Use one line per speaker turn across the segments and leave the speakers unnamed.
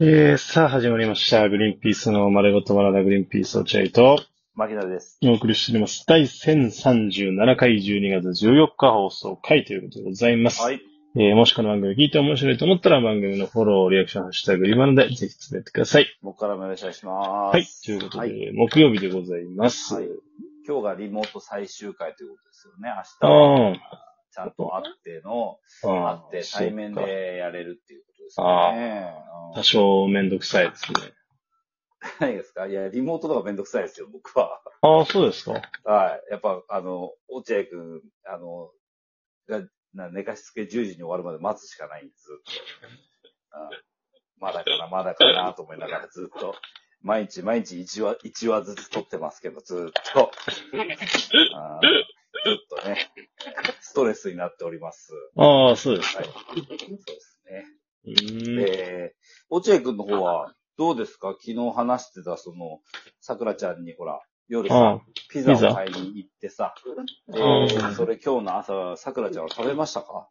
えー、さあ始まりました。グリーンピースの丸ごとバナナグリーンピース落合と
牧野です。
お送りしております。第1037回12月14日放送回ということでございます。
はい。
えー、もしこの番組聞いて面白いと思ったら番組のフォロー、リアクション、ハッシュタグ、リバナでぜひつぶやいてください。
僕からもよろしくお願いします。
はい。ということで、
はい。
木曜日でございます。
はい今日がリモート最終回ということですよね。
あ
明日は
ー
ちゃんと会っての、
あ
会
ー、
って対面
そうか。
でやれるっていうことです
あ
よね。
多少めんどくさいですね。
うんないですかいや、リモートとかめんどくさいですよ、僕は。
ああ、そうですか。
はい。やっぱ、あの、落合くん、あの、が、な寝かしつけ10時に終わるまで待つしかないんです、ずっ と。うんまだかな、まだかな、と思いながらずっと。毎日毎日1話、一話ずつ撮ってますけど、ずっと。あーずっとね、ストレスになっております。
ああ、そうです
は
か
い。。そうですね。
うーん。
えー、落合くんの方は、どうですか昨日話してた、その、桜ちゃんにほら、夜さ、
あ
ピザ
ピザ
を買いに行ってさ、で
うん
それ今日の朝、桜ちゃんは食べましたか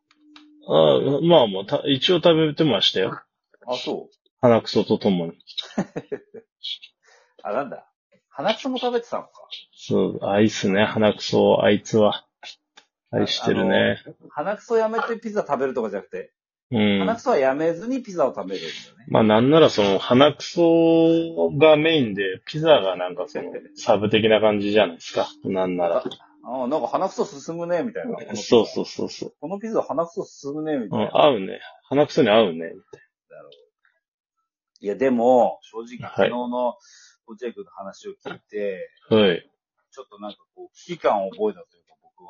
ああー、まあまあた、一応食べてましたよ。
あ、そう。
鼻くそとともに。
あ、なんだ。花草も食べてたのか。
そう、愛っすね、鼻くそを、あいつは。愛してるね。
花草やめてピザ食べるとかじゃなくて、
う
花
ん。
草はやめずにピザを食べるんだよね。
まあなんならその、鼻くそがメインで、ピザがなんかその、サブ的な感じじゃないですか。なんなら。
ああ、なんか花草進むね、みたいな。この
そうそうそうそう。
このピザ花草進むね、みた
う
い
ん
な、。
合うね。鼻くそに合うね。
いや、でも、正直
はい
昨日の落合君の話を聞いて、
はい。
ちょっとなんかこう、危機感を覚えたというか、僕は。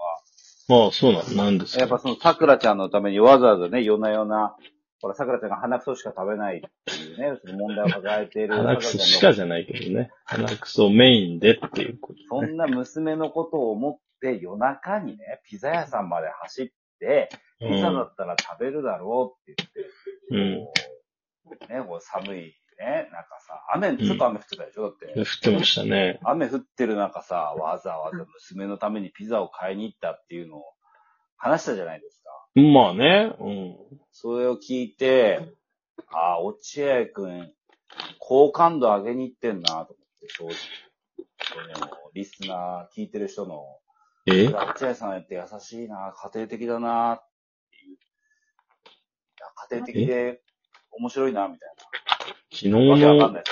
まあそうなんなんです
やっ
か。
ぱその桜ちゃんのためにわざわざね、夜な夜な、ほら、桜ちゃんが鼻くそしか食べないっていうね、その問題を抱えている
鼻くそし
桜
か
ち
じゃないけどね。鼻くそメインでっていうこと。
ゃんのそんな娘のことを思って夜中にね、ピザ屋さんまで走って、
う
ピザだ
ん。
ったら食べるだろうって
う
言って、
ん。
こう、ね、こう寒いね、なんかさ、雨、ちょっと雨降ってたでしょ、だって。
降ってましたね。
雨降ってる中さ、わざわざ娘のためにピザを買いに行ったっていうのを話したじゃないですか。
まあね。うん。
それを聞いて、ああ、落合くん、好感度上げに行ってんなと思って、正直。そのリスナー、聞いてる人の、
え
落合さんって優しいな家庭的だなっていう。いや家庭的で面白いなみたい
昨日
な。わけわかん
の、
ない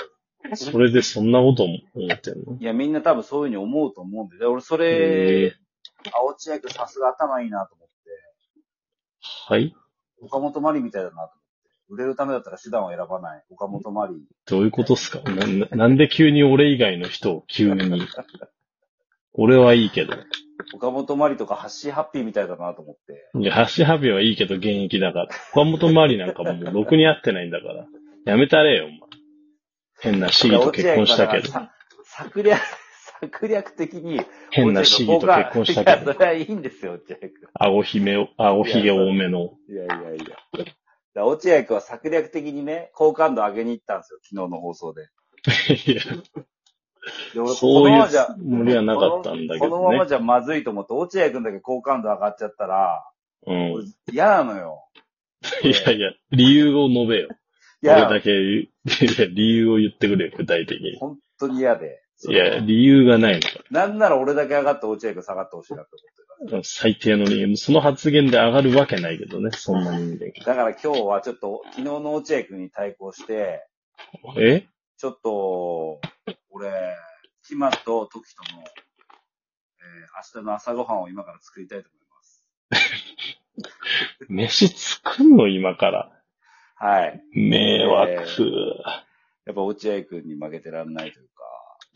ですよ。
それでそんなこと思ってんの
いや、みんな多分そういうふうに思うと思うんで、で俺それ、
え
あ、落合くんさすが頭いいなと思って、
ー、はい
岡本まりみたいだなと思って、売れるためだったら手段を選ばない、岡本まり。
どういうことっすかなななんで急に俺以外の人を急に。俺はいいけど。
岡本まりとかハッシーハッピーみたいだなと思って、
いや、橋ハビはいいけど現役だから。岡本周りなんかもうろくに会ってないんだから。やめたれよ、お前。変なシリと結婚したけど
だ。から落合君はさ策略、策略的に、
変なシリと結婚したけ
落合君がいや、
ど。
それはいいんですよ、落合君。
青ひめを、青ひげ多めの。
いやいやいや。だから落合君は策略的にね、好感度上げに行ったんですよ、昨日の放送で。
いや、
で 俺
そういうつ
こ
もりはなかったんだけ
のま
ど
ま
ね。
じゃまずいと思って、落合君だけ好感度上がっちゃったら、
うん
俺。嫌なのよ。
いやいや、理由を述べよ。
嫌なの
俺だけ言う、いや理由を言ってくれよ、具体的に。
本当に嫌で。
いや、理由がないのか
なんなら俺だけ上がって落合君下がってほしいなと思って
ら。最低の理由。その発言で上がるわけないけどね、そんな人間。
た。だから今日はちょっと、昨日の落合君に対抗して、
え
ちょっと、俺、キマと時との、えー明日の朝ごはんを今から作りたいと思います。
飯作んの今から。
はい。
迷惑。
やっぱ落合君に負けてらんないという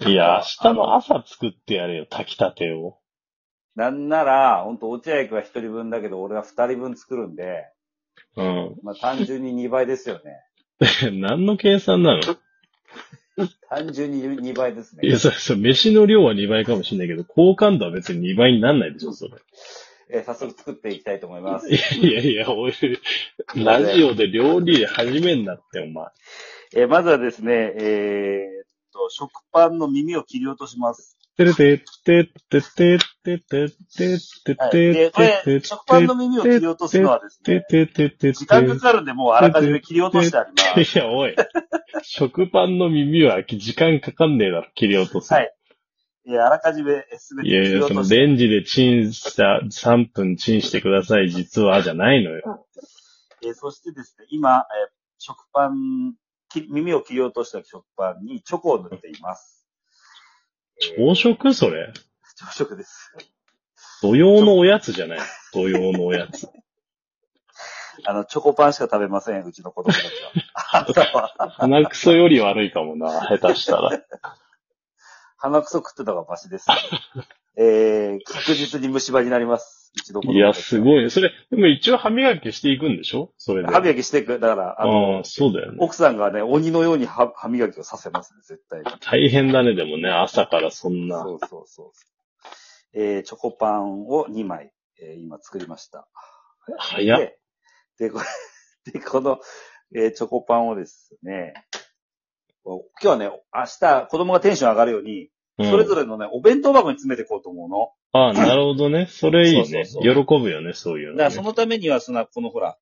か、
いや、明日の朝作ってやれよ、炊きたてを。
なんなら、本当落合君は一人分だけど、俺は二人分作るんで、
うん。
まあ単純に2倍ですよね。
何の計算なの
単純に2倍ですね。
いや、それ、それ、飯の量は2倍かもしれないけど、好感度は別に2倍になんないでしょ、それ。
えー早速作っていきたいと思います。
いやいやいや、俺、ラジオで料理始めんなって、お前。
えーまずはですね、えーっと、食パンの耳を切り落とします。
てれてってってってってってってって
はい。
て
で、これ、食パンの耳を切り落とすのはですね、
てててて
時間がかかるんで、もうあらかじめ切り落としてありま
い
す。
や、おい。食パンの耳は時間かかんねえだろ、切り落とす。
はいいや、あらかじめすべて
い
切
やい
り
や、
落
そ
と
の
して。
レンジでチンした、3分チンしてください、実は、じゃないのよ。
えーそしてですね、今、えー食パン、き耳を切り落とした食パンにチョコを塗っています。えー
朝食それ
朝食です。
土曜のおやつじゃない土曜のおや つ。
あの、チョコパンしか食べません、うちの子供たちは。あんたは、
鼻くそより悪いかもな、下手した ら。
鼻くそ食ってた方がマシです。えー、確実に虫歯になります。うちの子供
いや、す
い。
ごいね。それ、でも一応歯磨きしていくんでしょそれで。
歯磨きしていく。だから、あの、
ああ、そうだよね。
奥さんがね、鬼のように歯歯磨きをさせますね、絶対に。
大変だね、でもね、朝からそんな。
そうそうそうそう。えーチョコパンを2枚、えー今作りました。
早っ。
で、で、これ、 で、この、えーチョコパンをですね、こう今日はね、明日、子供がテンション上がるように、
うん
それぞれのね、お弁当箱に詰めていこうと思うの。
ああ、なるほどね。それいいね。
そうそうそ
喜ぶよね、そういう
だ
の、
か
ね
ら。そのためには、その、このほら、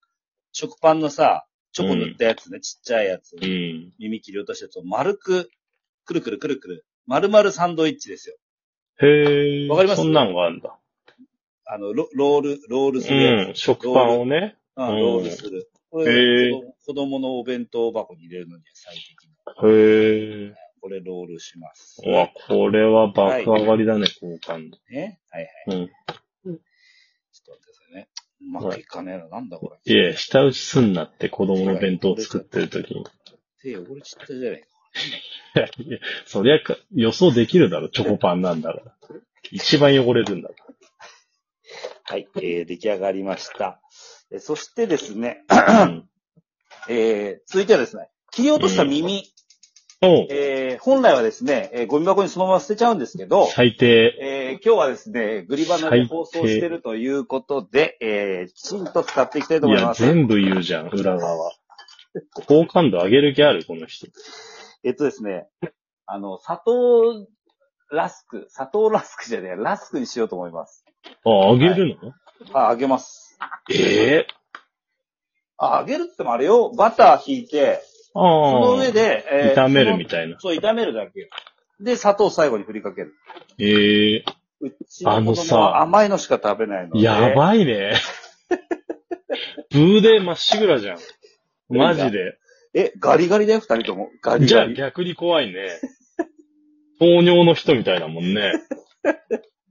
食パンのさ、チョコ塗ったやつね、ちっちゃいやつ、
うん。
耳切り落としたやつを丸く、くるくるくるくる、丸々サンドイッチですよ。
へえ。
わかります
そんなんがあるんだ。
あの、ロロール、ロールするやつ
うん。食パンをね。
うん
うん
ロールする。こ
へ
れ
ー
子供子供のお弁当箱に入れるのには最適な。
へえ。
これロールします。
うわ、これは爆上がりだね、好感度。
ね。はいはい。
うん。
ちょっと待ってくださいね。うまくいかねえな。なんだこれ。
いえ、舌打ちすんなって子供の弁当を作ってる時に。
手汚れちったじゃないか。
いやいや、そりゃか予想できるだろ、チョコパンなんだから。一番汚れるんだか
はい。えー、出来上がりました。えーそしてですね、
ら。うん。
えー、続いてはですね、切り落とした耳、
おう
えー、本来はですね、えー、ゴミ箱にそのまま捨てちゃうんですけど、
最低。
えー、今日はですね、グリバナで放送してるということで、えー、きちんと使っていきたいと
い
思い
や、
ます。
全部言うじゃん、裏側。好感度上げる気ある、この人。
えっとですね、あの、砂糖ラスク、砂糖ラスクじゃねえ、ラスクにしようと思います。
あ、上げるの、
あ、あげます。
ええ
あ、あげるって言ってもあれよ、バター引いて、
ああ。
その上で、えー
炒めるみたいな。
そのそう、炒めるだけ。で、砂糖最後に振りかける。
ええ
うちの
あの
子
さ
供は甘いのしか食べないので。
やばいね。ブーでまっしぐらじゃん。マジで。
え、ガリガリだよ、二人とも。ガリ
じゃ
ガ
あ
リ。
逆に怖いね。糖尿の人みたいだもんね。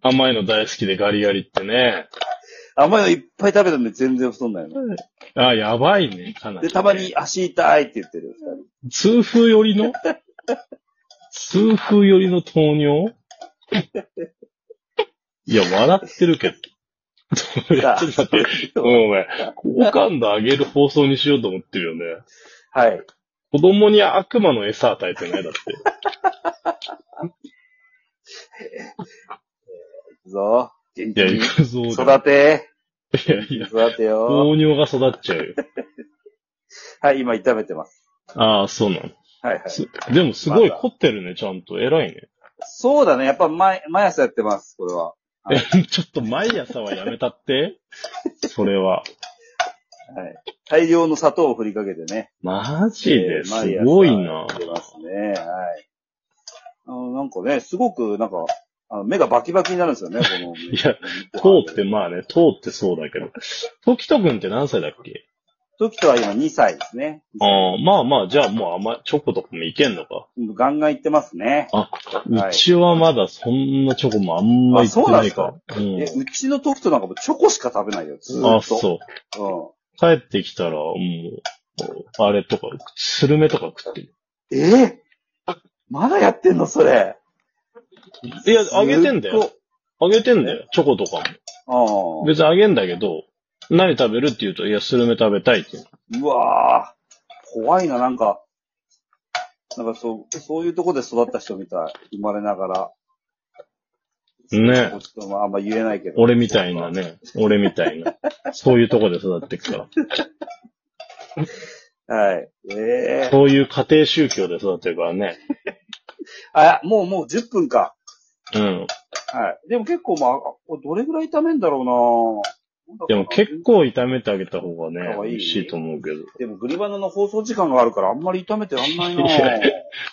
甘いの大好きでガリガリってね。
甘いのいっぱい食べたんで全然太んないの。
あ、やばいね、かなり、
で、たま。に足痛いって言ってる。二
痛
人
風寄りの痛風寄りの糖尿いや、笑ってるけど。 ちょっと待って、 ごめんごめん。好感度上げる放送にしようと思ってるよね。
はい。
子供に悪魔の餌与えてないだって。いや、い
行くぞ。元気に。
くぞ。
育て。
いやいや、
育てよ。
糖尿が育っちゃうよ。
はい、今炒めてます。
ああ、そうなの。
はいはい。
すでもすごい
まだ
凝ってるね、ちゃんと。偉いね。
そうだね。やっぱ毎、毎朝やってます、これは。はい
え、 ちょっと毎朝はやめたってそれは。
はい。大量の砂糖を振りかけてね。
マジで、す
毎朝
ごいな
や。ってますね。はい。あの、なんかね、すごく、なんか、あの目がバキバキになるんですよね、この。い
や、糖って。まあね、糖ってそうだけど。時キト君って何歳だっけ
時とは今2歳ですね。
ああ、まあまあ、じゃあもう甘い、チョコとかもいけんのか。
ガンガンいってますね。はいう
ちはまだそんなチョコもあんまいってないか。う
え、うちの時となんかもうチョコしか食べないよ、ずーっ
ん。
と。
あ、そう。
う。
帰ってきたら、もう、あれとか、スルメとか食ってる。
ん。えーまだやってんの、それ。
いや、あげてんだ
ず
よ
っ。
あげてんだよ。チョコとか
と。
も。
うん。
別にあげんだけど、何食べるって言うと、いや、スルメ食べたいって言う。
うわぁ、怖いな、なんか、なんかそう、そういうとこで育った人みたい。生まれながら。
ねえ
ちょっとまああんま言えないけど。
俺みたいなね。俺みたいな。そういうとこで育ってくから。
はい。ええ
そういう家庭宗教で育ってるからね。
あ、もうもう10分か。
うん。
はい。でも結構まあ、これどれぐらい炒めんだろうな
でも結。構炒めてあげた方がね、
かわいい
美味しいと思うけど。
でもグリバナの放送時間があるからあんまり炒めてらんないなも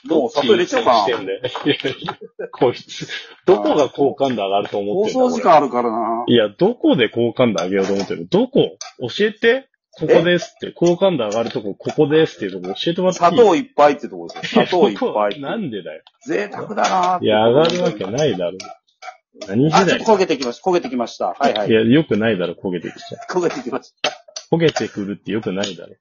ど
う砂糖入れちゃおうかな。
な。こいつ、どこが好感度上がると思っ
放
てんだ
送時間あるから
こ。
な
れいや、どこで好感度上げようと思ってるどこ教えてここですって。好感度上がるとこ、ここですっていうとこ教えてもらってい
砂
い
糖いっぱいってとこですよ。砂糖いっぱい。
なんでだよ。
贅沢だない
や、上がるわけないだろ。何
あ、
時
ちょっ
代
と焦げてきました。焦げてきました。はいはい
い。や、良くないだろ、焦げてきちゃ
焦げてきまし
う。焦げてくるって良くない だろ。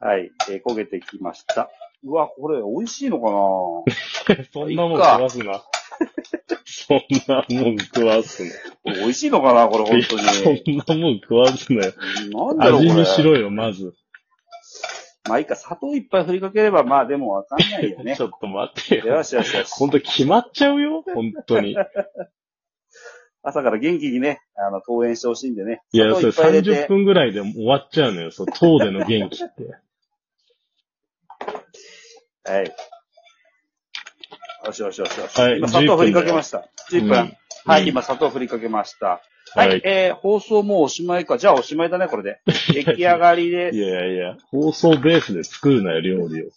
た。はい。えー焦げてきました。うわ、これ美味しいのかな
そんなもん食わすな。そんなもん食わすな。
こ れ美味しいのかなこれ本当に。
いやそんなもん食わすなよ。
なんだろうこ
味
れ。
見しろよ、まず。
まあいいか、砂糖いっぱい振りかければ、まあでもわかんな いよね
ち。ょっと待ってよ。
よしよしよし。
ほんと決まっちゃうよ、本当に。
朝から元気にね、あの、登園してほしいんでね。
いや、
砂
そ
糖
れ
いっぱい入
30
れて。
分ぐらいで終わっちゃうのよ、そう、糖での元気って。
はい。よしよしよしよし。
はい
今砂糖振りかけました。
10分
10分。
だよ
は
うん
い、今砂糖振りかけました。はい、
はい
えー、放送もうおしまいか。じゃあおしまいだね、こ れで。出来上がりで
い
す。
やいやいや、放送ベースで作るなよ、料理を。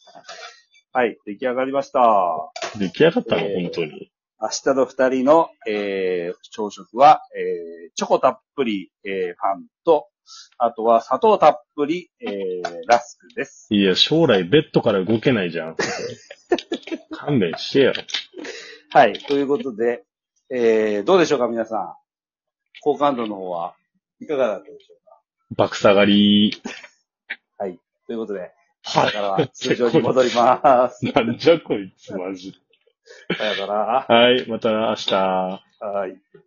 はい、出来上がりました。
出来上がったの、
えー
本当に。
明日の二人の、えー朝食は、えーチョコたっぷり、えーパンと、あとは砂糖たっぷり、えーラスクです。
いや、将来ベッドから動けないじゃん。勘弁してよ。
はい。ということで、えーどうでしょうか、皆さん。好感度の方は、いかがだったでしょうか
爆下がり。
ということで、
は
だから 通常に戻ります。
い。なんじゃこいつ、マジで。
さよなら。
はい、また明日。
はい。